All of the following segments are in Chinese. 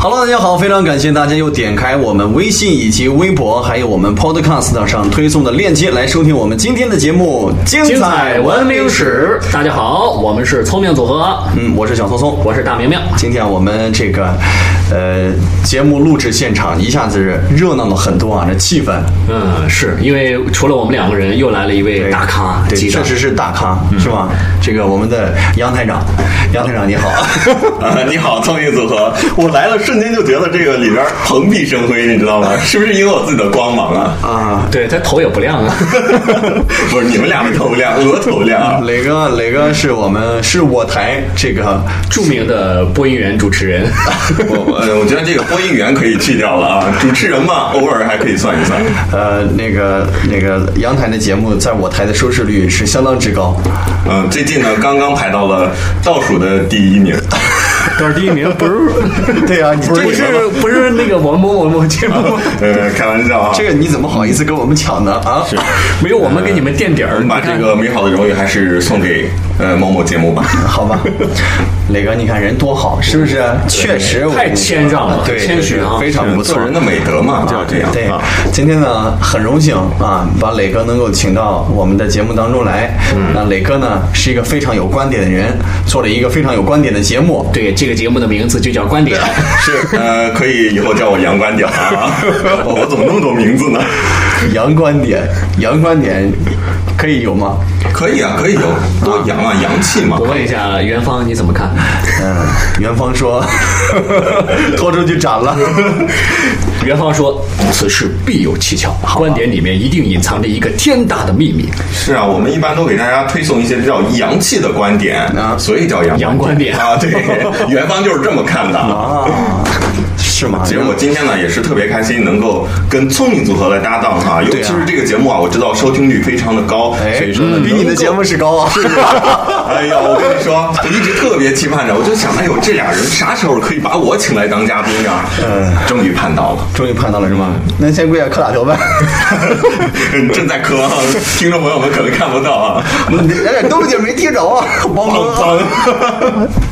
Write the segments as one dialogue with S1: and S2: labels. S1: Hello，大家好，非常感谢大家又点开我们微信以及微博，还有我们 Podcast 上推送的链接来收听我们今天的节目《精彩文明史》。
S2: 大家好，我们是聪明组合，
S1: 嗯，我是小聪聪，
S2: 我是大明明。
S1: 今天我们这个呃节目录制现场一下子热闹了很多啊，这气氛
S2: 嗯，是因为除了我们两个人，又来了一位大咖，
S1: 对，
S2: 记者
S1: 确实是大咖，是吧？这个我们的杨台长，杨台长你好，
S3: 啊，你好，综艺组合，我来了，瞬间就觉得这个里边蓬荜生辉，你知道吗？ 是不是因为我自己的光芒啊？
S1: 啊。
S2: 对他头也不亮 啊。
S3: 不是，你们俩没头亮，我头亮啊！
S1: 磊哥，磊哥是我们是我台这个
S2: 著名的播音员主持人，
S3: 我呃，我觉得这个播音员可以去掉了啊，主持人嘛，偶尔还可以算一算。
S1: 呃，那个那个阳台的节目，在我台的收视率是相当之高，
S3: 嗯、最近呢，刚刚排到了倒数的第一名。
S2: 倒是第一名，不 是
S1: 对啊，你这
S2: 不
S1: 个
S2: 是不是那个我们某某某节 目，
S3: 呃，开玩笑啊，
S1: 这个你怎么好意思跟我们抢呢？啊，
S2: 没有我们给你们垫底
S3: 我
S2: 儿，
S3: 们把
S2: 你看
S3: 这个美好的荣誉还是送给呃某某节目吧。
S1: 好吧，磊哥，你看人多好，是不是？啊确实我
S2: 太谦让了
S1: 对，
S2: 谦虚啊
S1: 对非常不错啊
S3: 做。人的美德嘛，就要这样。啊
S1: 对，今天呢很荣幸啊，把磊哥能够请到我们的节目当中来。那磊哥呢是一个非常有观点的人，做了一个非常有观点的节目。
S2: 对这个节目的名字就叫观 点，
S3: 是呃，可以以后叫我杨官 屌啊！我怎么那么多名字呢？
S1: 阳观点，阳观点可以有吗？
S3: 可以啊，可以有多洋啊，洋气嘛
S2: 我。问一下元芳你怎么看？
S1: 嗯，元芳说 拖出去斩了。
S2: 元芳说：“此事必有蹊跷，观点里面一定隐藏着一个天大的秘密。
S3: 是啊，我们一般都给大家推送一些比较洋气的观点，
S1: 啊
S3: 所以叫洋
S2: 洋观点
S3: 啊。对， 元芳就是这么看的。
S1: 啊，是吗？
S3: 其实我今天呢也是特别开心，能够跟聪明组合来搭档哈，尤
S1: 对啊
S3: 其是这个节目啊，我知道收听率非常的高，
S1: 哎
S3: 所以说呢，
S1: 比你的 节目是高啊。
S3: 哎呀，我跟你说，我一直特别期盼着，我就想，哎呦，这俩人啥时候可以把我请来当嘉宾啊？
S1: 嗯
S3: 终于盼到了。
S1: 终于盼到了是吗？那先跪下磕俩 头呗。
S3: 正在磕啊，听众朋友们可能看不到啊。
S1: 来点东西哎没听着啊，王
S3: 梆
S1: 哥。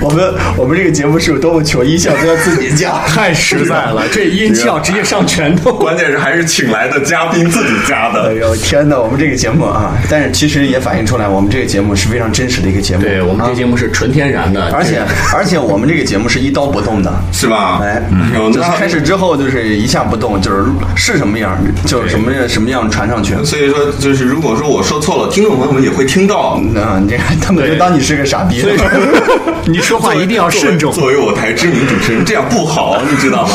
S1: 我们我们这个节目是有多么穷，音效都要自己加。
S2: 太实在 了，这音效直接上拳头。
S3: 关键是还是请来的嘉宾自己加
S1: 哎
S3: 的。
S1: 啊
S2: 对我们这节目是纯天然的，
S1: 而且而且我们这个节目是一刀不动的。
S3: 是吧？
S1: 哎，
S3: 有
S1: 就是
S3: 那
S1: 开始。之后就是一下不动，就是是什么样就是什么样什么样传上去。
S3: 所以说，就是如果说我说错了，听众朋友们也会听到。
S1: 嗯，你看他们就当你是个傻逼。
S2: 你说话一定要慎重。
S3: 作为我台知名主持人，这样不好，你知 道吗？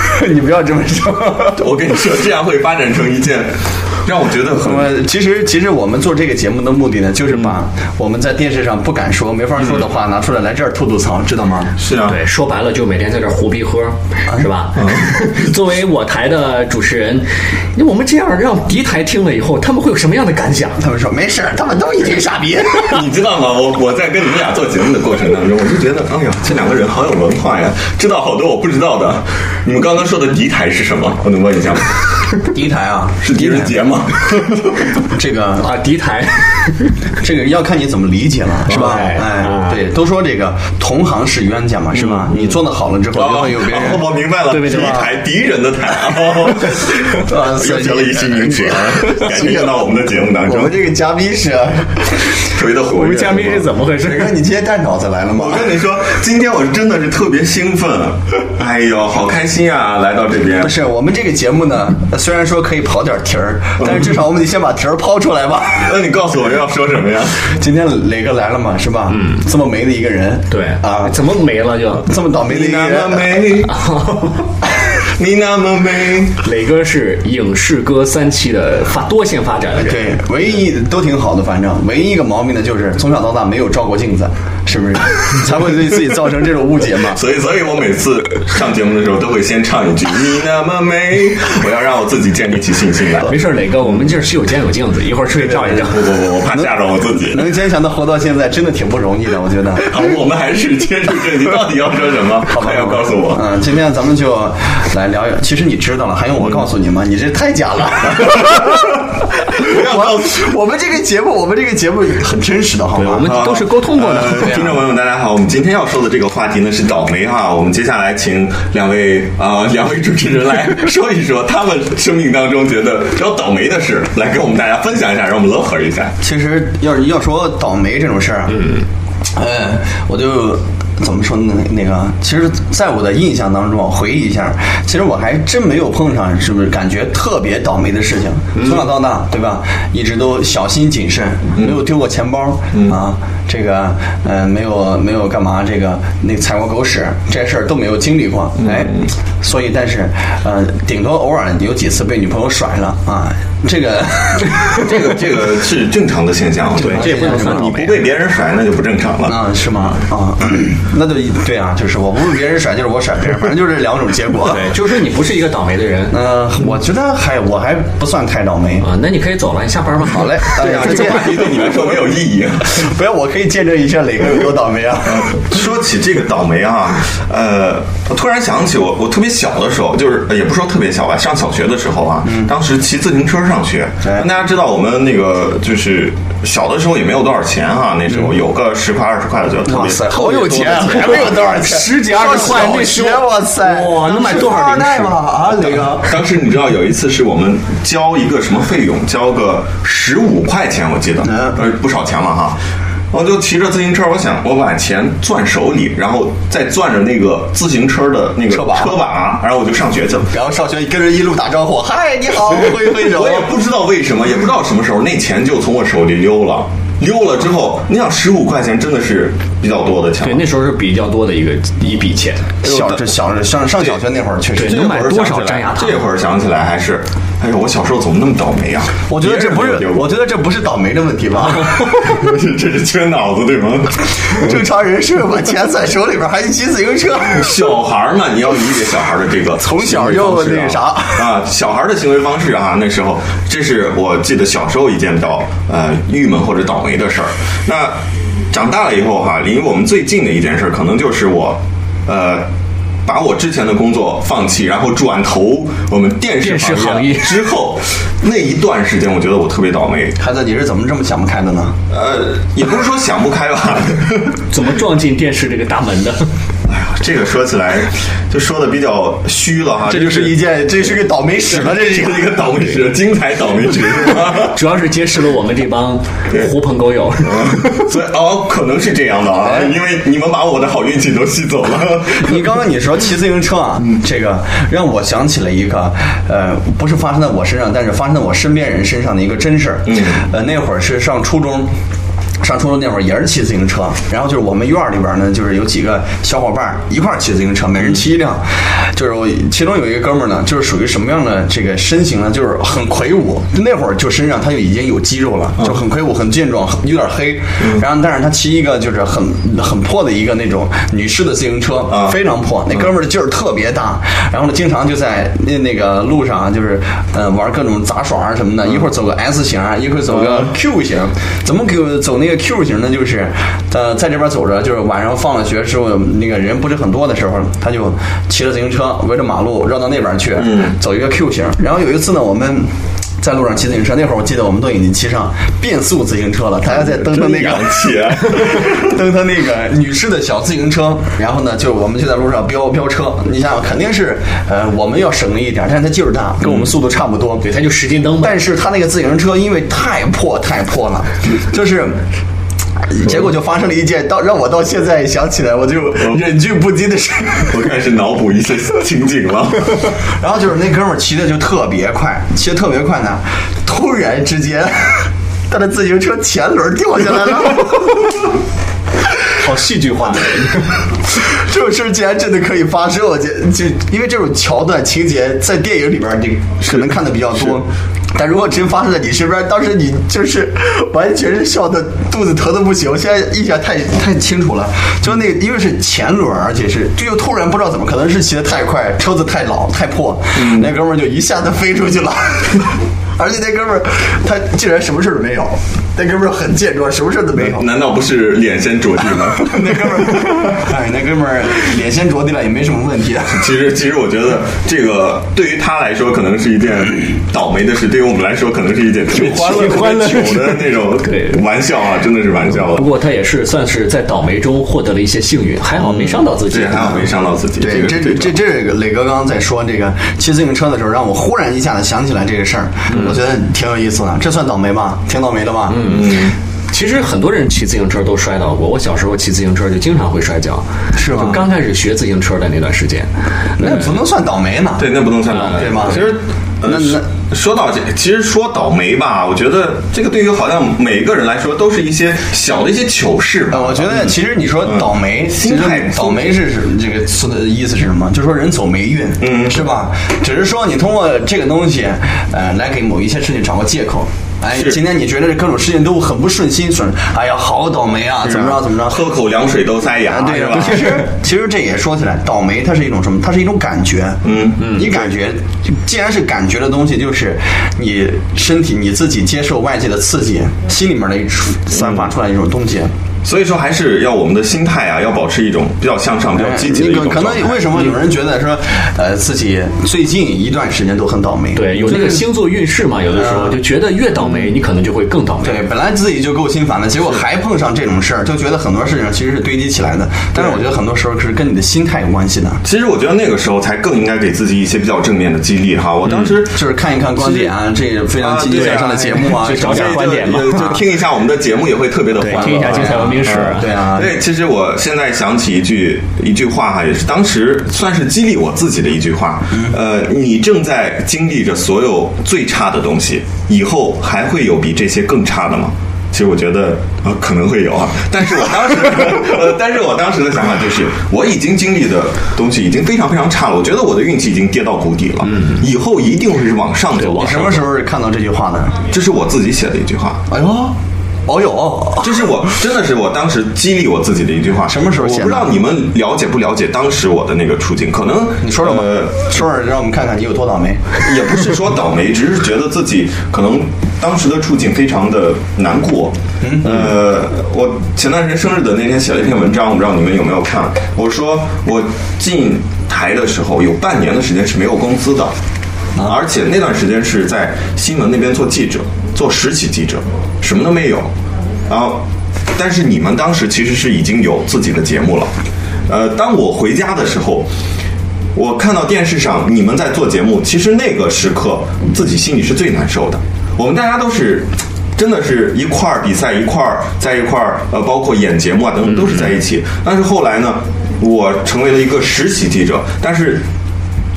S1: 你不要这么说。
S3: 我跟你说，这样会发展成一件让我觉得
S1: 那
S3: 很
S1: 么，其实其实我们做这个节目的目的呢，就是把我们在电视上不敢说、没法说的话拿出来，来这儿吐吐槽，知道吗？
S3: 是啊。
S2: 对，说白了就每天在这儿胡逼喝，是吧？ 作为我台的主持人，我们这样让敌台听了以后，他们会有什么样的感想？
S1: 他们说没事儿，他们都一群傻逼。
S3: 你知道吗？我我在跟你们俩做节目的过程当中，我就觉得，哎呀，这两个人好有文化呀，知道好多我不知道的。你们刚刚说的敌台是什么？我能问一下吗？
S1: 第一台啊，
S3: 是狄仁 杰吗？
S1: 这个
S2: 啊，敌 台，
S1: 这个要看你怎么理解了，是吧？
S2: 哎
S1: 哎
S2: 哎，
S1: 对，都说这个同行是冤家嘛，是吧？你做的好了之后，就会有别人
S3: 哦，我明白了，
S2: 对不哦对
S3: 敌台敌人的台，
S1: 啊
S3: 哦又学了一新名词啊，感谢用到我们的节目当
S1: 我
S3: 中
S1: 们，这个嘉宾是，
S3: 特别的活跃。
S2: 我们嘉宾是
S3: 么？
S2: 怎么回
S1: 你
S2: 事？
S1: 看你今天带脑子来了吗
S3: 我？跟你说，今天我真的是特别兴奋，哎呦，好开心啊！来到这边
S1: 不，是，我们这个节目呢，虽然说可以跑点题儿，但是至少我们得先把题儿抛出来吧。
S3: 那你告诉我要说什么呀？
S1: 今天磊哥来了嘛，是吧？嗯，这么没的一个人，
S2: 对
S1: 啊，
S2: 怎么没了就？
S1: 这么倒霉的
S3: 你
S1: 一个
S3: 那么
S1: 人，
S3: 美，你那么美。
S2: 磊哥是影视歌三期的发多线发展的人，
S1: 对，唯一都挺好的，反正唯一一个毛病呢，就是从小到大没有照过镜子，是是 不是？才会对自己造成这种误解 嘛。
S3: 所以，所以我每次上节目的时候都会先唱一句“你那么美”，我要让我自己建立起信心来。
S2: 没事，磊哥，我们这儿是有家有镜子，一会儿出去照一照。
S3: 不不不，我怕吓着我自己。
S1: 能坚强的活到现在，真的挺不容易的，我觉得。
S3: 好，我们还是接着这，你到底要说什 么？快要告诉我。
S1: 嗯，今天咱们就来聊一聊。其实你知道了，还用我告诉你吗？你这太假了。
S3: 不要告诉
S1: 我们这个节目，我们这个节目很真实的，好
S2: 对，我
S1: 吗？啊
S2: 们都是沟通过的。
S3: 呃听众朋友，大家好，我们今天要说的这个话题呢是倒霉哈。我们接下来请两位啊、呃两位主持人 来说一说他们生命当中觉得比较倒霉的事，来跟我们大家分享一下，让我们乐呵一下。
S1: 其实要要说倒霉这种事儿，嗯，呃，我就怎么说呢？那个，其实，在我的印象当中，回忆一下，其实我还真没有碰上，是不是感觉特别倒霉的事情？从小到大，对吧？一直都小心谨慎，没有丢过钱包、啊，这个，呃，没有没有干嘛，这个那踩过狗屎，这事儿都没有经历过，哎，所以但是，呃，顶多偶尔有几次被女朋友甩了啊，这个。
S3: 这个这个是正常的现象，对
S2: 这也不能算倒
S3: 你不
S2: 霉。
S3: 被别人甩那就不正常了。
S1: 啊，是吗？啊， 那就对啊，就是我不是别人甩，就是我甩别人，反正就是这两种结果。
S2: 对， 就是说你不是一个倒霉的人
S1: 嗯、我觉得还我还不算太倒霉。
S2: 啊，那你可以走了，你下班吧。
S1: 好嘞，，哎呀，这
S3: 这
S1: 个
S3: 个话题对你来说没有意义。啊
S1: 不要，我可以见证一下磊哥有多倒霉啊！
S3: 说起这个倒霉啊，呃，我突然想起我我特别小的时候，就是呃也不说特别小吧，上小学的时候啊，当时骑自行车上学。
S1: 哎
S3: 大家知道我们那个就是小的时候也没有多少钱哈、那时候有个十块二十块的就特
S1: 哇
S3: 别
S1: 塞，
S3: 特
S1: 好
S3: 别
S1: 有
S3: 多
S1: 钱啊，
S3: 的
S1: 还没有多少钱，
S2: 十几二十块
S1: 上小
S2: 那时候
S1: 学哇塞，
S2: 哇能买多少零食
S1: 富二代吧？啊，磊哥，
S3: 当时你知道有一次是我们交一个什么费用，交个十五块钱，我记得，
S1: 嗯
S3: 呃，不少钱了哈。我就骑着自行车，我想我把钱攥手里，然后再攥着那个自行车的那个
S1: 车把
S3: 车把，然后我就上学去了。
S1: 然后上学跟人一路打招呼，嗨，你好，挥挥手
S3: 我。也不知道为什么，也不知道什么时候那钱就从我手里溜了。溜了之后，你想十五块钱真的是比较多的钱
S2: 对，
S3: 了。
S2: 那时候是比较多的一个一笔钱。
S1: 小这小上上小学那会儿确实
S2: 对
S3: 这
S2: 能买
S3: 会儿
S2: 多
S3: 想
S2: 少
S3: 起来
S2: 粘牙糖
S3: 这会儿想起来还是，哎呦，我小时候怎么那么倒霉啊！
S1: 我觉得这不
S3: 别人
S1: 是
S3: 没有，丢
S1: 我觉得这不是倒霉的问题 吧？
S3: 这是这是缺脑子对吗？
S1: 正常人是把钱在手里边，还骑自行 车。
S3: 小孩儿嘛，你要理解小孩儿的这个
S1: 从小就那个啥
S3: 啊，小孩儿的行为方式啊，那时候这是我记得小时候一件到呃郁闷或者倒霉的事儿。那长大了以后哈、离我们最近的一件事儿，可能就是我呃。把我之前的工作放弃，然后转投我们电视
S2: 电视
S3: 行
S2: 行业
S3: 之后，那一段时间，我觉得我特别倒霉。
S1: 孩子，你是怎么这么想不开的呢？
S3: 呃，也不是说想不开吧，
S2: 怎么撞进电视这个大门的？
S3: 哎呀，这个说起来就说的比较虚了哈，
S2: 这就是啊
S1: 一件，这是个倒霉
S3: 什
S1: 史
S3: 么？
S1: 了，
S3: 这
S1: 这
S3: 是
S1: 是。
S3: 一个 倒霉史，精彩倒霉史是吗？
S2: 主要是结识了我们这帮
S3: 对嗯
S2: 狐朋狗友。
S3: 所以哦，可能是这样的啊，因为你们把我的好运气都吸走 了。
S1: 你刚刚你说骑自行车啊，这个让我想起了一个，呃，不是发生在我身上，但是发生在我身边人身上的一个真事儿。
S3: 嗯
S1: 呃，那会儿是上初中。上初中那会儿也是骑自行车，然后就是我们院儿里边呢，就是有几个小伙伴儿一块儿骑自行车，每人骑一辆。就是我其中有一个哥们儿呢，就是属于什么样的这个身形呢？就是很魁梧，那会儿就身上他就已经有肌肉了，就很魁梧、很健壮、很有点黑。然后但是他骑一个就是很很破的一个那种女士的自行车，
S3: 啊
S1: 非常破。那哥们儿的劲儿特别大，然后呢，经常就在那那个路上啊，就是呃玩各种杂耍啊什么的，一会儿走个 S 型啊，一会儿走个 Q 型。怎么给我走那个 Q 型呢？就是呃在这边走着，就是晚上放了学之后，那个人不是很多的时候，他就骑着自行车围着马路绕到那边去，走一个 Q 型。然后有一次呢，我们。在路上骑自行车，那会儿我记得我们都已经骑上变速自行车了，大家在蹬蹬那个
S3: 洋气啊，
S1: 蹬他那个女士的小自行车，然后呢，就我们就在路上飙飙车。你想想，肯定是呃，我们要省力一点，但是他劲儿大，跟我们速度差不多。
S2: 嗯对，他就十斤蹬吧。
S1: 但是他那个自行车因为太破太破了，就是。结果就发生了一件到让我到现在想起来我就忍俊不禁的事。
S3: 我开始脑补一些情景了。
S1: 然后就是那哥们儿骑的就特别快，骑的特别快呢，突然 之间他的自行车前轮掉下来了。
S2: 好戏剧化。
S1: 这种事儿竟然真的可以发生，我觉得就因为这种桥段情节在电影里边儿你可能看的比较多，但如果真发生在你身边儿，当时你就是完全是笑的肚子疼的不行。我现在印象太太清楚了，就那个因为是前轮儿，而且是这就突然不知道怎么，可能是骑的太快，车子太老太破，那哥们儿就一下子飞出去了。 而且那哥们儿，他竟然什么事儿都没有。那哥们儿很健壮，什么事儿都没有。
S3: 难道不是脸先着地吗？
S1: 那哥们儿， 哎，那哥们儿脸先着地了，也没什么问题啊。
S3: 其实，其实我觉得这个对于他来说可能是一件倒霉的事，对于我们来说可能是一件特别
S2: 欢乐
S3: 糗特
S2: 欢乐
S3: 别糗的那种
S2: 对
S3: 玩笑啊，真的是玩笑
S2: 不
S3: 了。
S2: 过他也是算是在倒霉中获得了一些幸运，还好没伤到自己。啊
S3: 这嗯还好没伤到自己，
S1: 对，
S3: 个
S1: 这
S3: 是对的
S1: 这这个磊哥刚刚在说这个骑自行车的时候，让我忽然一下子想起来这个事儿，我觉得挺有意思的。这算倒霉吧？挺倒霉的吧？嗯嗯，
S2: 其实很多人骑自行车都摔倒过，我小时候骑自行车就经常会摔跤，
S1: 是吗
S2: 就刚开始学自行车的那段时间，
S1: 那不能算倒霉呢。
S3: 对，那不能算倒霉，
S1: 对吧
S3: 其实，呃
S1: 那
S3: 说说到这，其实说倒霉吧，我觉得这个对于好像每个人来说，都是一些小的一些糗事吧
S1: 呃，。我觉得其实你说倒霉，其实
S3: 心态
S1: 倒霉是指这个说的意思是什么？就是说人走霉运，嗯，是吧？只是说你通过这个东西，呃，来给某一些事情找个借口。哎，
S3: 是
S1: 今天你觉得这各种事情都很不顺心，说哎呀好倒霉啊，怎么着怎么着，
S3: 喝口凉水都塞牙，
S1: 啊，对
S3: 是吧？
S1: 其实其实这也说起来，倒霉它是一种什么？它是一种感觉。嗯嗯，你感觉，既然是感觉的东西，就是你身体你自己接受外界的刺激，心里面的一出散发出来一种东西。
S3: 所以说还是要我们的心态啊，要保持一种比较向上、比较积极的一
S1: 那个
S3: 种
S1: 哎可
S3: 状
S1: 能
S3: 态。
S1: 为什么有人觉得说，呃，自己最近一段时间都很倒霉？
S2: 对，有那个星座运势嘛，有的时候就觉得越倒霉，你可能就会更倒霉。哎
S1: 对，本来自己就够心烦的，结果还碰上这种事儿，就觉得很多事情其实是堆积起来的。但是我觉得很多时候是跟你的心态有关系的，
S3: 其实我觉得那个时候才更应该给自己一些比较正面的激励哈。我当时
S1: 嗯就是看一看观点啊，这个非常
S3: 啊
S1: 积极
S3: 对啊
S1: 向上的节目啊，
S2: 去找
S1: 什
S2: 点
S1: 么的
S2: 观点嘛
S3: 就就听一下我们的节目也会特别的欢乐，
S2: 听一下精彩文明史
S3: 哎呀
S1: 对啊
S3: 对，其实我现在想起一句一句话哈，也是当时算是激励我自己的一句话。
S1: 嗯
S3: 呃，你正在经历着所有最差的东西，以后还会有比这些更差的吗？其实我觉得啊、可能会有啊，但是我当时， 呃，但是我当时的想法就是，我已经经历的东西已经非常非常差了，我觉得我的运气已经跌到谷底了，以后一定会是往上走。
S1: 嗯
S3: 啊
S1: 你什么时候是看到这句话的？
S3: 这是我自己写的一句话，
S1: 哎呦，哦哟，
S3: 这是我真的是我当时激励我自己的一句话。
S1: 什么时候
S3: 我
S1: 写的
S3: 不知道你们了解不了解当时我的那个处境，可能
S1: 你说说吧
S3: 呃，
S1: 说说让我们看看你有多倒 霉。
S3: 也不是说倒霉，只是觉得自己可能当时的处境非常的难过。呃，我前段时间生日的那天写了一篇文章，我不知道你们有没有看。我说我进台的时候有半年的时间是没有工资的，而且那段时间是在新闻那边做记者，做实习记者，什么都没有。然后，但是你们当时其实是已经有自己的节目了。呃，当我回家的时候，我看到电视上你们在做节目，其实那个时刻自己心里是最难受的。我们大家都是。真的是一块儿比赛，一块儿在一块儿，呃，包括演节目啊等等，都是在一起。但是后来呢，我成为了一个实习记者，但是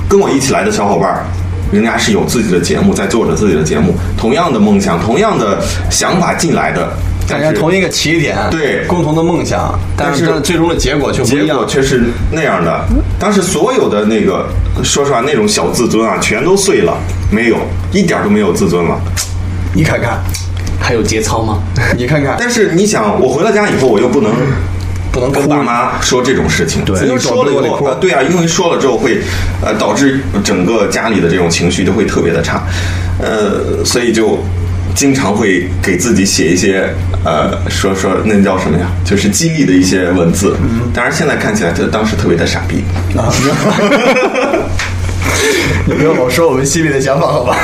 S3: 跟我一起来的小伙伴儿，人家是有自己的节目，在做着自己的节目，同样的梦想，同样的想法进来的，
S1: 大
S3: 但
S1: 家
S3: 是
S1: 同一个起点，
S3: 对
S1: 共同的梦想，但
S3: 但
S1: 是
S3: 是
S1: 最终的结果却不
S3: 结
S1: 一
S3: 果
S1: 样。
S3: 却是那样的。当时所有的那个，说实话，那种小自尊啊，全都碎了，没有一点儿都没有自尊了。
S1: 你看看，
S2: 还有节操吗？
S1: 你看看，
S3: 但是你想，我回到家以后，我又不能。
S1: 不能
S3: 跟
S1: 哭
S3: 爸妈说这种事情，对因为说了以
S1: 你找不
S3: 后，
S1: 着
S3: 呃对啊，因为说了之后会，呃，导致整个家里的这种情绪就会特别的差，呃，所以就经常会给自己写一些，呃，说说那叫什么呀，就是激励的一些文字，当然现在看起来，就当时特别的傻逼，
S1: 你不要老说我们心里的想法，好吧？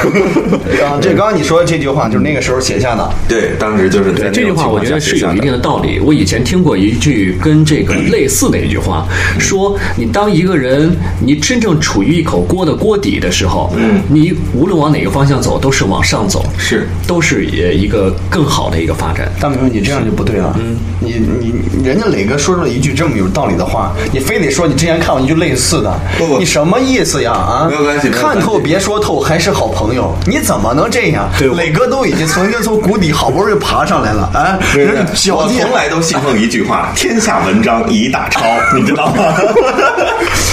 S1: 啊，这刚刚你说的这句话就是那个时候写下的，
S3: 对，当时就是在
S2: 这句话我觉得是有一定
S3: 的。
S2: 的道理。我以前听过一句跟这个类似的一句话，说你当一个人你真正处于一口锅的锅底的时候，嗯，你无论往哪个方向走，都是往上走，
S3: 是
S2: 都是也一个更好的一个发展。
S1: 大明，你这样就不对了。嗯，你你人家磊哥说出了一句这么有道理的话，你非得说你之前看过一句类似的
S3: 不，不
S1: 你什么意思呀？啊
S3: 没有关系，几年的
S1: 看
S3: 感
S1: 透
S3: 情
S1: 别说透，还是好朋友，你怎么能这样？
S2: 对我
S1: 磊哥都已经曾经从谷底好不容易爬上来了，哎，
S3: 对
S1: 人是
S3: 我
S1: 脚底
S3: 从来都信奉一句 话：天下文章已打 抄，你知道吗？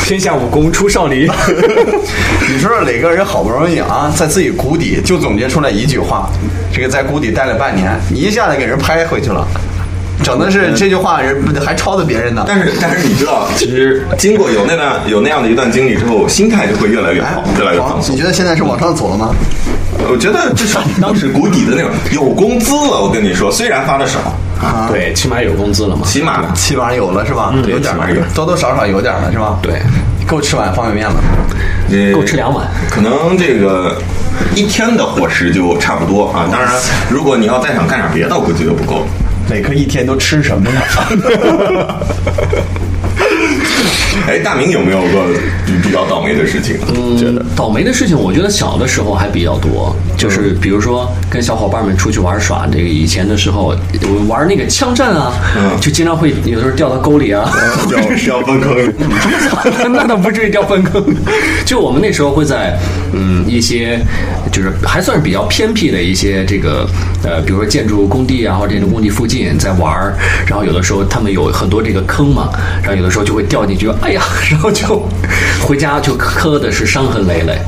S2: 天下武功出少林。
S1: 你说说磊哥，人好不容易啊，在自己谷底就总结出来一句话，这个在谷底待了半年，你一下子给人拍回去了，整的是这句话人还抄的别人呢。
S3: 嗯但是但是你知道，其实经过有那段有那样的一段经历之后，心态就会越来越
S1: 哎
S3: 好，越来越
S1: 王
S3: 放松
S1: 你。觉得现在是往上走了吗？
S3: 我觉得至少当时谷底的那种有工资了，我跟你说，虽然发的少，
S1: 啊，，
S2: 对，起码有工资了嘛。
S3: 起码
S1: 起码有了是吧？
S2: 嗯
S1: 有点
S3: 起
S1: 儿
S3: 码有
S1: 多多少少有点儿了是吧？
S2: 对，
S1: 够吃碗方便面了。
S3: 呃
S2: 够吃两碗
S3: 可能这个一天的伙食就差不多啊。当然，如果你要再想干点别的，我估计就不够。
S1: 磊哥一天都吃什么 呀？
S3: 哎，大明有没有过比比较倒霉的事情啊？觉得
S2: 嗯倒霉的事情，我觉得小的时候还比较多，就是
S3: 嗯
S2: 比如说跟小伙伴们出去玩耍，这个以前的时候我玩那个枪战啊，
S3: 嗯
S2: 就经常会有时候掉到沟里啊，
S3: 要是要崩坑，
S2: 那倒不至于掉粪坑。就我们那时候会在嗯一些就是还算是比较偏僻的一些这个呃，比如说建筑工地啊，或者建筑工地附近在玩儿，然后有的时候他们有很多这个坑嘛，然后有的时候就会掉进去，哎呀，然后就回家就磕的是伤痕累累。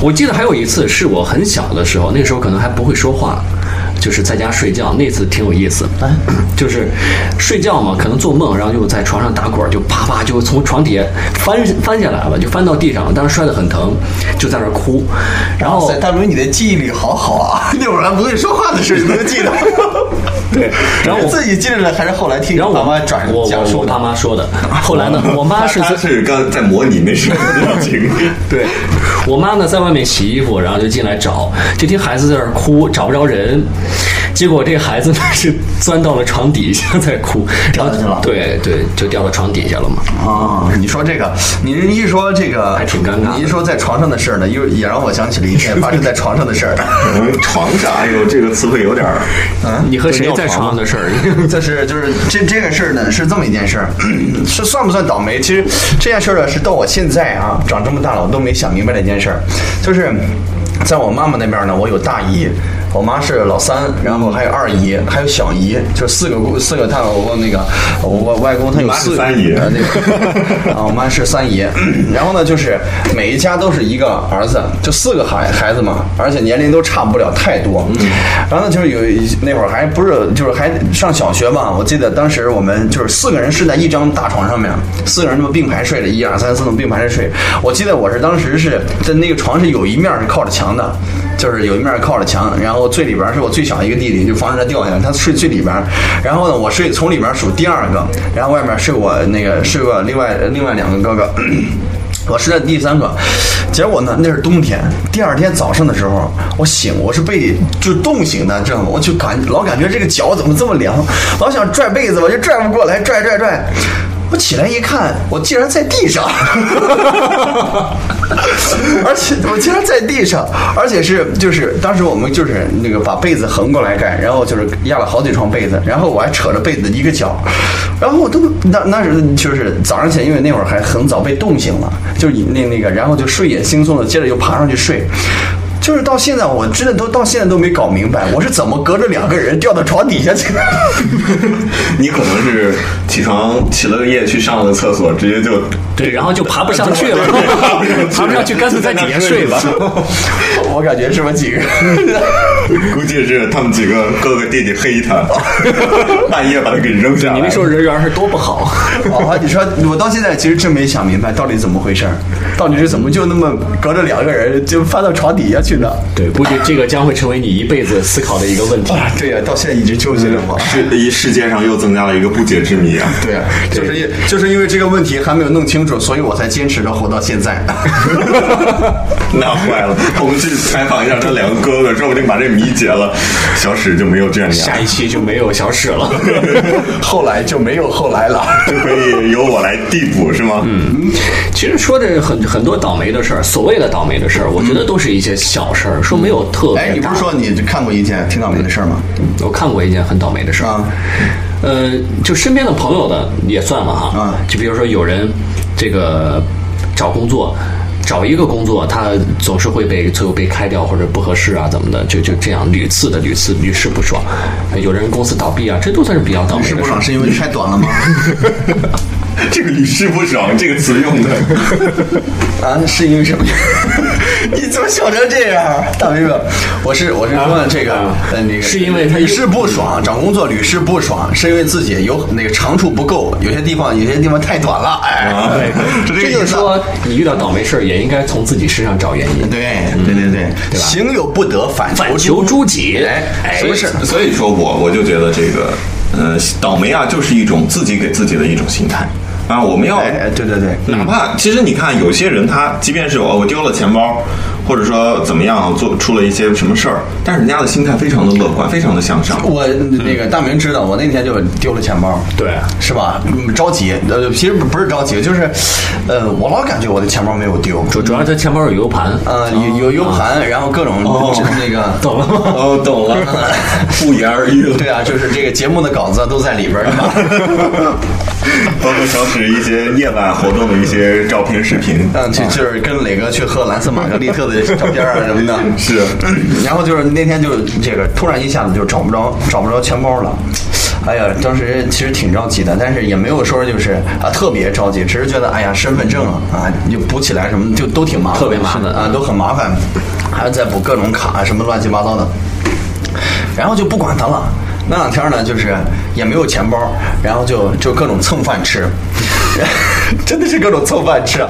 S2: 我记得还有一次是我很小的时候，那时候可能还不会说话。就是在家睡觉，那次挺有意思。
S1: 哎
S2: 就是睡觉嘛，可能做梦，然后就在床上打滚儿，就啪啪就从床底下翻翻下来了，就翻到地上了，当时摔得很疼，就在那儿哭。然后
S1: 大明，你的记忆力好好啊！ 那会儿还不会说话的事情能记得。
S2: 对， 然后我
S1: 自己记着了，还是后来听
S2: 然后我
S1: 爸妈转
S2: 我
S1: 讲
S2: 我
S1: 述
S2: 我
S1: 的
S2: 爸妈说的。后来 呢，我妈是在
S3: 他是刚在模拟那时候的表 情。
S2: 对，我妈呢在外面洗衣服，然后就进来找，就听孩子在那儿哭，找不着人。结果这孩子呢是钻到了床底下在哭，然后
S1: 掉下去了
S2: 对对，就掉到床底下了嘛。
S1: 啊，你说这个，您一说这个
S2: 还挺尴尬的
S1: 你一说在床上的事儿呢，又也让我想起了一件发生在床上的事儿。
S3: 嗯床上，哎呦，这个词汇有点儿。
S2: 你和谁在床上的事 儿？
S1: 就是就是这这个事儿呢，是这么一件事儿， 是算不算倒霉？其实这件事儿呢，是到我现在啊，长这么大了，我都没想明白的一件事儿，就是在我妈妈那边呢，我有大姨。我妈是老三，然后还有二姨，还有小姨，就四个姑四个她我那个我外公他有
S3: 妈是
S1: 四个
S3: 三姨
S1: 呃那个啊，我妈是三姨。 然后呢，就是每一家都是一个儿子，就四个孩孩子嘛，而且年龄都差不了太多。
S3: 嗯
S1: 然后呢，就是有一那会儿还不是就是还上小学吧，我记得当时我们就是四个人睡在一张大床上面，四个人这么并排睡着，一二三四那么并排着睡。我记得我是当时是在那个床是有一面是靠着墙的。就是有一面靠着墙，然后最里边是我最小一个弟弟，就防止他掉下来。他睡最里边，然后呢，我睡从里边数第二个，然后外面睡我那个睡我另外另外两个哥 哥。我睡在第三个，结果呢，那是冬天。第二天早上的时候，我醒，我是被就冻醒的，知道吗？我就感老感觉这个脚怎么这么凉，老想拽被子，我就拽不过来，拽拽拽。我起来一看，我竟然在地上。 而且我竟然在地上，而且是就是当时我们就是那个把被子横过来盖，然后就是压了好几床被子，然后我还扯着被子一个脚，然后我都那那是就是早上起来，因为那会儿还很早被冻醒了，就是那那个，然后就睡眼惺忪的，接着又爬上去睡。就是到现在，我真的都到现在都没搞明白，我是怎么隔着两个人掉到床底下去的。
S3: 你可能是起床起了个夜去上了个厕所，直接就
S2: 对，然后就爬不上去了， 爬不上去，干脆在底下睡吧。
S1: 我感觉是我几个
S3: 估计是他们几个哥哥弟弟黑他， 半夜把他给扔下来。
S2: 你那时候人缘是多不好，
S1: 哦，你说我到现在其实真没想明白到底怎么回事儿，到底是怎么就那么隔着两个人就翻到床底下去的？
S2: 对，估计这个将会成为你一辈子思考的一个问题。
S1: 啊，对呀、到现在一直纠结着我。
S3: 世一世界上又增加了一个不解之谜啊！
S1: 对呀、就是因就是因为这个问题还没有弄清楚，所以我才坚持着活到现 在。
S3: 那坏了，我们去采访一下他两个哥哥，说不定把这谜解了，小史就没有眷
S2: 下
S3: 恋，
S2: 一期就没有小史了。
S1: 后来就没有后来了。
S3: 就可以由我来递补是吗？嗯，
S2: 其实说这很很多倒霉的事儿，所谓的倒霉的事儿，我觉得都是一些小事儿，说没有特别大。
S1: 哎，你不是说你看过一件挺倒霉的事儿吗？
S2: 我看过一件很倒霉的事儿
S1: 啊，
S2: 呃，就身边的朋友的也算了哈，
S1: 啊
S2: 就比如说有人这个找工作。找一个工作，他总是会被最后被开掉或者不合适啊怎么的，就就这样屡次的屡次屡试不爽。有人公司倒闭啊，这都算是比较倒霉
S1: 是
S2: 的
S1: 不
S2: 事儿
S1: 爽。是因为太短了吗？
S3: 这个屡试不爽这个词用的，
S1: 啊，是因为什么？ 你怎么笑成这样，大明哥？我是我是说这个，呃，那个
S2: 啊是因为他
S1: 屡试不爽，找工作屡试不爽，是因为自己有那个长处不够，有些地方有些地方太短了，哎，
S2: 啊
S3: 对
S1: 是这
S2: 这
S1: 个
S2: 就
S1: 意
S2: 是
S1: 思。
S2: 说，你遇到倒霉事儿也应该从自己身上找原因。
S1: 对对对对，
S2: 对吧
S1: 行有不得，反
S2: 反求
S1: 求
S2: 诸己，哎，
S1: 什么事？
S3: 所以说我我就觉得这个，呃，倒霉啊，就是一种自己给自己的一种心态啊。我们要
S1: 哎，对对对，
S3: 哪怕其实你看，有些人他即便是哦我丢了钱包，或者说怎么样做出了一些什么事儿，但是人家的心态非常的乐观，非常的向上。
S1: 我那个大明知道，我那天就丢了钱包，
S2: 对啊
S1: 是吧？嗯着急，呃，其实不是着急，就是，呃，我老感觉我的钱包没有丢，
S2: 主主要他钱包有 U 盘，
S1: 呃，有有
S2: 哦
S1: U 盘，然后各种 那个。
S2: 懂了吗？
S3: 哦，懂了， 不言而喻了。
S1: 对啊，就是这个节目的稿子都在里边儿嘛。
S3: 包括小史一些夜晚活动的一些照片、视频，
S1: 嗯，就就是跟磊哥去喝蓝色玛格丽特的照片啊什么的。 嗯
S3: 是
S1: 然后就是那天就是这个，突然一下子就找不着找不着钱包了。哎呀，当时其实挺着急的，但是也没有说就是啊特别着急，只是觉得哎呀身份证啊啊就补起来什么就都挺麻烦，
S2: 特别麻烦
S1: 啊，都很麻烦，还要再补各种卡啊什么乱七八糟的。然后就不管它了。那两天呢，就是也没有钱包，然后就就各种蹭饭吃， 真的是各种蹭饭吃。啊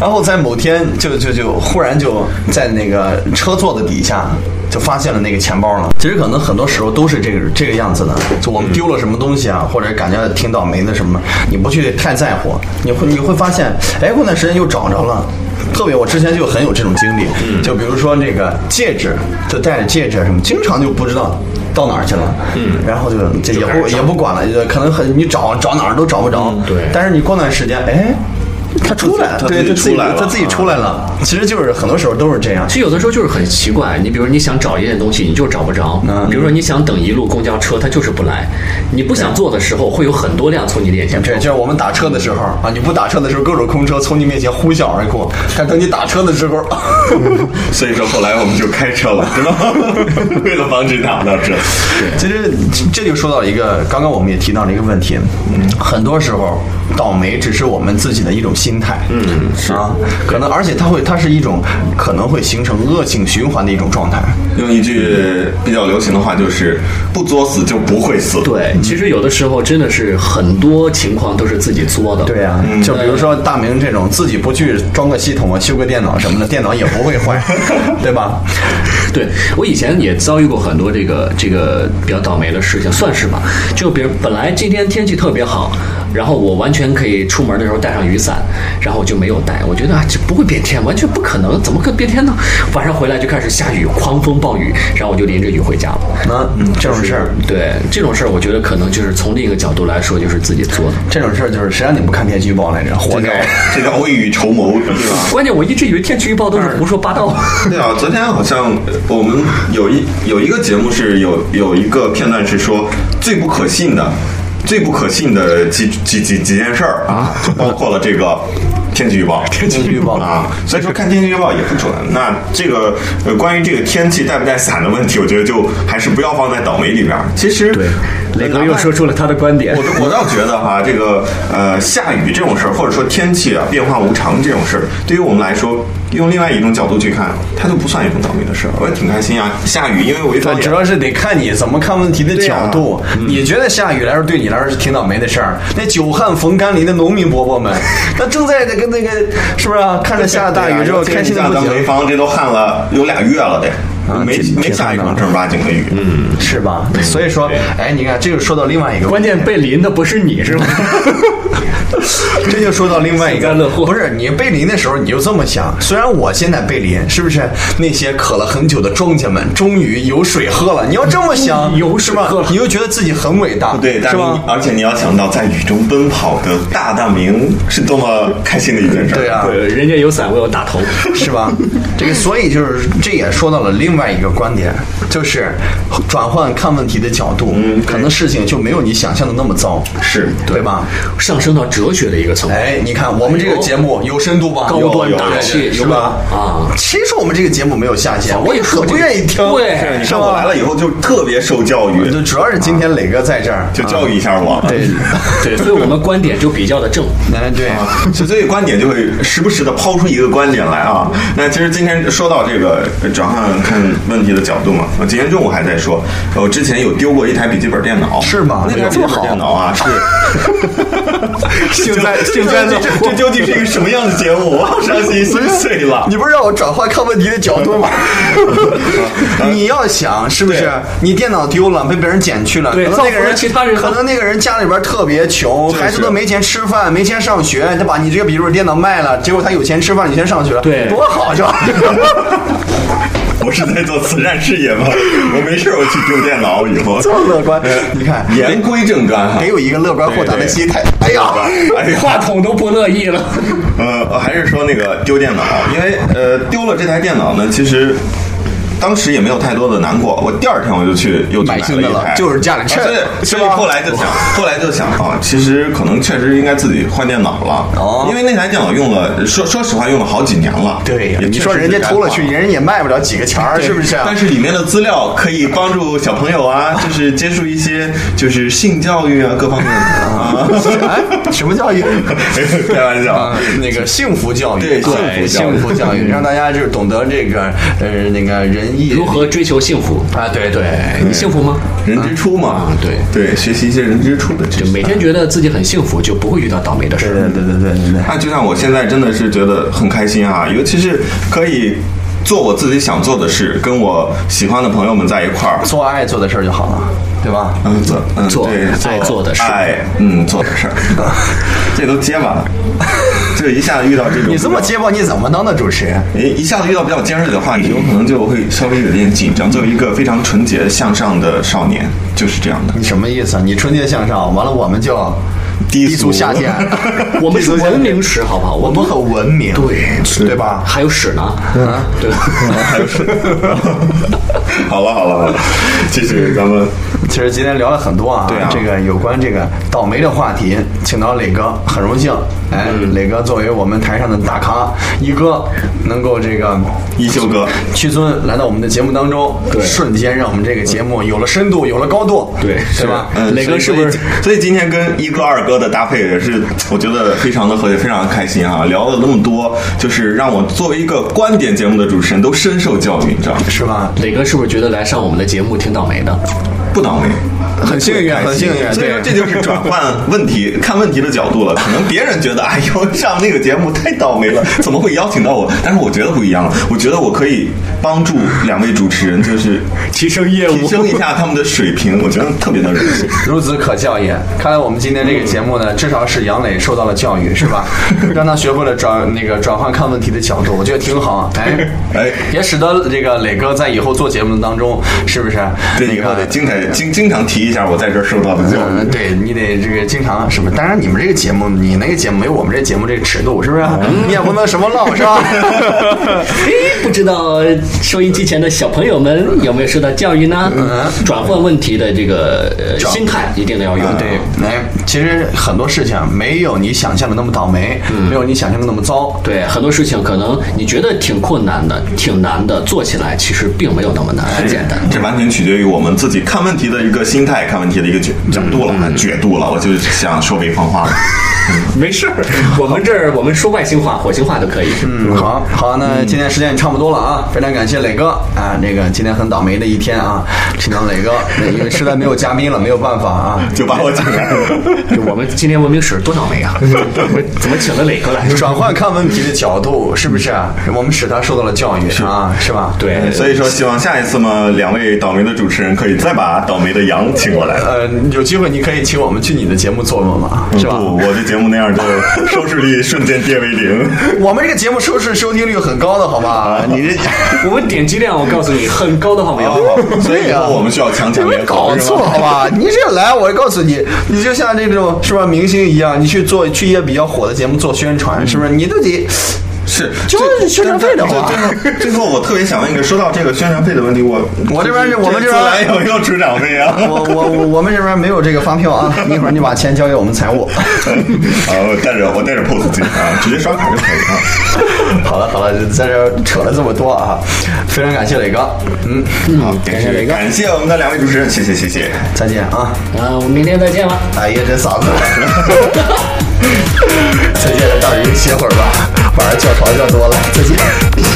S1: 然后在某天就就就忽然就在那个车座的底下就发现了那个钱包了。其实可能很多时候都是这个这个样子的，就我们丢了什么东西啊，或者感觉挺倒霉的什么，你不去太在乎，你会你会发现，哎，过段时间又找着了。特别，我之前就很有这种经历，就比如说这个戒指，就戴着戒指什么，经常就不知道到哪儿去了，嗯，然后就这也不也不管了，就可能很你找找哪儿都找不着，
S2: 对
S1: 但是你过段时间，哎，它出来了，
S3: 它
S1: 对，
S3: 自
S1: 它自己
S3: 己出来了
S1: 它自己出来了，其实就是很多时候都是这样
S2: 其，实有的时候就是很奇怪，你比如说你想找一件东西，你就找不着。
S1: 嗯
S2: 比如说你想等一路公交车，它就是不来。你不想坐的时候，会有很多辆从你的眼前
S1: 对，
S2: 飘
S1: 就。是我们打车的时候啊，你不打车的时候，各种空车从你面前呼啸而过，但等你打车的时候，
S3: 所以说后来我们就开车了，知道吗？ 为了防止打不到车。
S1: 其实这就说到一个，刚刚我们也提到了一个问题，嗯，很多时候倒霉只是我们自己的一种心态，嗯，是啊，可能而且它会，它是一种可能会形成恶性循环的一种状态，
S3: 用一句比较流行的话就是“不作死就不会死”。
S2: 对，其实有的时候真的是很多情况都是自己作的。
S1: 对呀、就比如说大明这种自己不去装个系统啊，修个电脑什 么的，电脑也不会坏，对吧？
S2: 对我以前也遭遇过很多这个这个比较倒霉的事情，算是吧。就比如本来今天天气特别好，然后我完全可以出门的时候带上雨伞，然后我就没有带。我觉得啊，这不会变天，完全不可能，怎么会变天呢？晚上回来就开始下雨，狂风暴雨，然后我就淋着雨回家了。
S1: 那嗯这种事儿，
S2: 对这种事儿，我觉得可能就是从另一个角度来说，就是自己做的。
S1: 这种事儿就是谁让你不看天气预报来着，活该。
S3: 这叫未雨绸缪，对吧？
S2: 关键我一直以为天气预报都是胡说八道。
S3: 对啊，昨天好像呃我们有一有一个节目是有有一个片段是说最不可信的、最不可信的几几几几件事儿啊，就包括了这个天气 预报。天
S1: 气预报
S3: 啊，所以说看天气预报也不准。那这个呃，关于这个天气带不带伞的问题，我觉得就还是不要放在倒霉里边儿。其实
S2: 雷哥又说出了他的观点
S3: 我。倒我倒觉得哈、这个呃下雨这种事儿，或者说天气啊变化无常这种事儿，对于我们来说，用另外一种角度去看，它就不算一种倒霉的事儿。我也挺开心啊，下雨，因为我一
S1: 对，
S3: 方
S1: 主
S3: 面
S1: 要是得看你怎么看问题的角度。你觉得下雨来说对你来说是挺倒霉的事儿，那久旱逢甘霖的农民伯伯们，那正在那个那个是不是、啊、看着下大雨之后开心的
S3: 的
S1: 不
S3: 咱潍
S1: 行，
S3: 坊这都旱了有俩月了得，
S1: 啊
S3: 没
S1: 挺
S3: 没
S1: 挺
S3: 下
S1: 旱
S3: 一
S1: 的
S3: 场正儿八经的雨。嗯，
S1: 是吧？所以说，哎，你看，这就说到另外一个问
S2: 关
S1: 题，
S2: 键被淋的不是你，是吗？
S1: 这就说到另外一
S2: 幸
S1: 个
S2: 灾乐祸
S1: 不是你被淋的时候你就这么想，虽然我现在被淋，是不是那些渴了很久的庄稼们终于有水喝了？你要这么想，
S2: 有
S1: 是
S2: 水
S1: 吧
S2: 喝了？
S1: 你又觉得自己很伟大，
S3: 对，但
S1: 是
S3: 是
S1: 吧
S3: 你？而且你要想到在雨中奔跑的大大明是多么开心的一件事儿。
S1: 对啊，
S2: 对，人家有伞，我有大头。
S1: 是吧？这个，所以就是这也说到了另外一个观点，就是转换看问题的角度，可能事情就没有你想象的那么糟，
S3: 是
S1: 对吧？
S2: 上升到哲学学的一个层面。
S1: 哎，你看我们这个节目有深度吧？
S2: 高
S1: 有
S2: 端
S1: 有
S2: 大气
S1: 对是
S2: 有
S1: 吧？
S2: 啊，
S1: 其实我们这个节目没有下限，
S2: 我也
S1: 可不愿意听。
S2: 对
S3: 你看我来了以后就特别受教育，
S1: 就主要是今天磊哥在这儿，啊
S3: 就教育一下我。
S1: 对，
S2: 对，所以我们观点就比较的正。
S1: 哎对，
S3: 啊 所以观点就会时不时的抛出一个观点来啊。那其实今天说到这个呃转换看问题的角度嘛，呃今天中午还在说，呃我之前有丢过一台笔记本电脑，
S1: 是吗
S3: 那台笔记本电脑啊，是
S1: 幸灾幸灾乐
S3: 这这究竟是一个什么样的节目？我伤心心碎了。
S1: 你不是让我转换看问题的角 度吗？你要想是不是
S3: 对
S1: 你电脑丢了，被别人捡去了，可
S2: 对
S1: 能那个
S2: 造福
S1: 人
S2: 了其他人
S1: 可能那个人家里边特别穷，
S3: 是
S1: 孩子都没钱吃饭，没钱上学，他把你这个笔记本电脑卖了，结果他有钱吃饭，有钱上学了，
S2: 对
S1: 多好 是吧？
S3: 我是在做慈善事业吗？我没事，我去丢电脑以后。
S1: 这么乐观，你看
S3: 言归正传哈
S1: 得，有一个乐观豁达的心态。哎呀，
S3: 哎呀，
S2: 话筒都不乐意了，
S3: 呃，还是说那个丢电脑，因为呃丢了这台电脑呢，其实。当时也没有太多的难过，我第二天我就去又去
S1: 买
S3: 买
S1: 新的
S3: 一
S1: 了
S3: 台，
S1: 就是家里趁
S3: 啊所以所以后来就想，后来就想啊，其实可能确实应该自己换电脑了，
S1: 哦
S3: 因为那台电脑用了，说说实话用了好几年了，
S1: 对，
S3: 也
S1: 你说
S3: 确实
S1: 人家
S3: 是该
S1: 偷了
S3: 换
S1: 去，人也卖不了几个钱儿，是啊不是？
S3: 但是里面的资料可以帮助小朋友啊，就是接触一些就是性教育啊各方面 的啊，
S1: 哎，什么教育？
S3: 开玩笑啊
S1: 啊，，那个幸福教育，啊
S3: 对幸
S1: 幸福
S3: 福教育嗯
S1: 教育，让大家就是懂得这个呃那个仁义
S2: 如何追求幸福？
S1: 啊，对对，
S2: 你幸福吗？
S3: 人之初嘛，
S2: 啊对
S3: 对，学习一些人之初的知
S2: 就
S3: 识。
S2: 每天觉得自己很幸福，就不会遇到倒霉的事
S1: 对
S2: 儿。
S1: 对对对对对。
S3: 那就像我现在真的是觉得很开心啊，尤其是可以做我自己想做的事，跟我喜欢的朋友们在一块儿。
S1: 做爱做的事儿就好了，对吧？
S3: 嗯，做嗯
S2: 做
S3: 对
S2: 爱做的事，
S3: 爱嗯做的事儿， 这都结巴了， 就一下子遇到这种
S1: 你这么结巴，你怎么当的主持人？
S3: 一一下子遇到比较尖锐的话题，我可能就会稍微有点紧张。作为一个非常纯洁向上的少年，就是这样的
S1: 你什么意思？你春节向上，完了我们就俗下贱
S2: 我们是文，明史，好不好？
S1: 我
S2: 我
S1: 们
S2: 们
S1: 很文明，
S2: 对
S1: 对吧？
S2: 还有屎呢，对吧？
S3: 好了好了好了，继续咱们
S1: 其实今天聊了很多啊，
S3: 对啊
S1: 这个有关这个倒霉的话题，请到磊哥，很荣幸。哎，
S2: 嗯
S1: 磊哥作为我们台上的大咖，一哥能够这个
S3: 一休哥，
S1: 屈尊来到我们的节目当中，
S2: 对
S1: 瞬间让我们这个节目有了深度，有了高度，
S2: 对
S1: 是吧？呃
S3: 嗯，
S2: 磊哥
S3: 所以
S2: 是不是？
S3: 所以今天跟一哥二哥的搭配也是，我觉得非常的和谐，非常的开心啊！聊了那么多，就是让我作为一个观点节目的主持人都深受教育，你知道吗？
S1: 是吧？
S2: 磊哥是不是觉得来上我们的节目挺倒霉的？
S3: 不倒霉。
S1: 很幸运，很幸运，
S3: 所以说
S1: 对，
S3: 这就是转换问题、看问题的角度了。可能别人觉得，哎呦，上那个节目太倒霉了，怎么会邀请到我？但是我觉得不一样了，我觉得我可以帮助两位主持人，就是
S2: 提升业
S3: 提升一下他们的水平，我觉得特别的荣幸。
S1: 孺子可教也。看来我们今天这个节目呢，
S2: 嗯
S1: 至少是杨磊受到了教育，是吧？ 让他学会了转那个转换看问题的角度，我觉得挺好。 哎
S3: 哎
S1: 也使得这个磊哥在以后做节目当中，是不是？
S3: 对，
S1: 那
S3: 以后得
S1: 个。
S3: 经常经经常提一下我在这儿受到的教育。
S1: 嗯，对你得这个经常啊什么？当然，你们这个节目，你那个节目没有我们这个节目这个尺度，是不是？
S2: 嗯
S1: 你也不能什么唠，是 吧？
S2: 哎，不知道收音机前的小朋友们有没有受到教育呢？转换问题的这个呃心态一定要有。
S1: 对，哎，其实很多事情没有你想象的那么倒霉，没有你想象的那么糟。
S2: 对，很多事情可能你觉得挺困难的、挺难的，做起来其实并没有那么难，很简单。
S3: 这完全取决于我们自己看问题的一个心态、看问题的一个角角度了、
S1: 嗯
S3: 啊角度了。我就是想说北方话了。
S2: 没事儿， 我们这儿我们说外星话、火星话都可以。
S1: 嗯，好好，那今天时间也差不多了啊，非常感谢磊哥啊，那个今天很倒霉的一天啊，请到磊哥，那因为实在没有嘉宾了，没有办法 啊，
S3: 就把我请来 了，
S2: 就我们今天文明史多倒霉啊！我怎么请了磊哥来？
S1: 转换看问题的角度是不是啊？我们使他受到了教育啊，是吧？
S2: 对，
S3: 所以说希望下一次嘛，两位倒霉的主持人可以再把倒霉的羊请过来。
S1: 呃，有机会你可以请我们去你的节目做做嘛，是吧？
S3: 嗯不，我的节目那样就收视率瞬间跌为零。
S1: 我们这个节目收视收听率很高的，好吧？嗯啊你这
S2: 我们点击量，我告诉你很高的，好没有？
S3: 所以以后我们需要强强联合，
S1: 啊搞
S3: 是
S1: 错
S3: 吧
S1: 好吧？你这来，我告诉你，你就像这种是吧，明星一样，你去做去一些比较火的节目做宣传，是不是？你都得
S3: 是
S1: 就是宣传费的话
S3: 最后最后我特别想问一个，说到这个宣传费的问题，我
S1: 我这边我们这边
S3: 来有要出场费啊。
S1: 我我我我们这边没有这个发票啊，一会儿你把钱交给我们财务。
S3: 啊，我带着我带着 POS 机啊，直接刷卡就可以啊。
S1: 好了好了，在这儿扯了这么多啊，非常感谢磊哥，嗯，
S3: 好，感谢感谢我们的两位主持人，谢谢谢谢。
S1: 再见啊！
S2: 啊，我们明天再见吧。
S1: 哎呀，这嗓子， 再见，大鱼，歇会儿吧，晚上叫床叫多了，再见。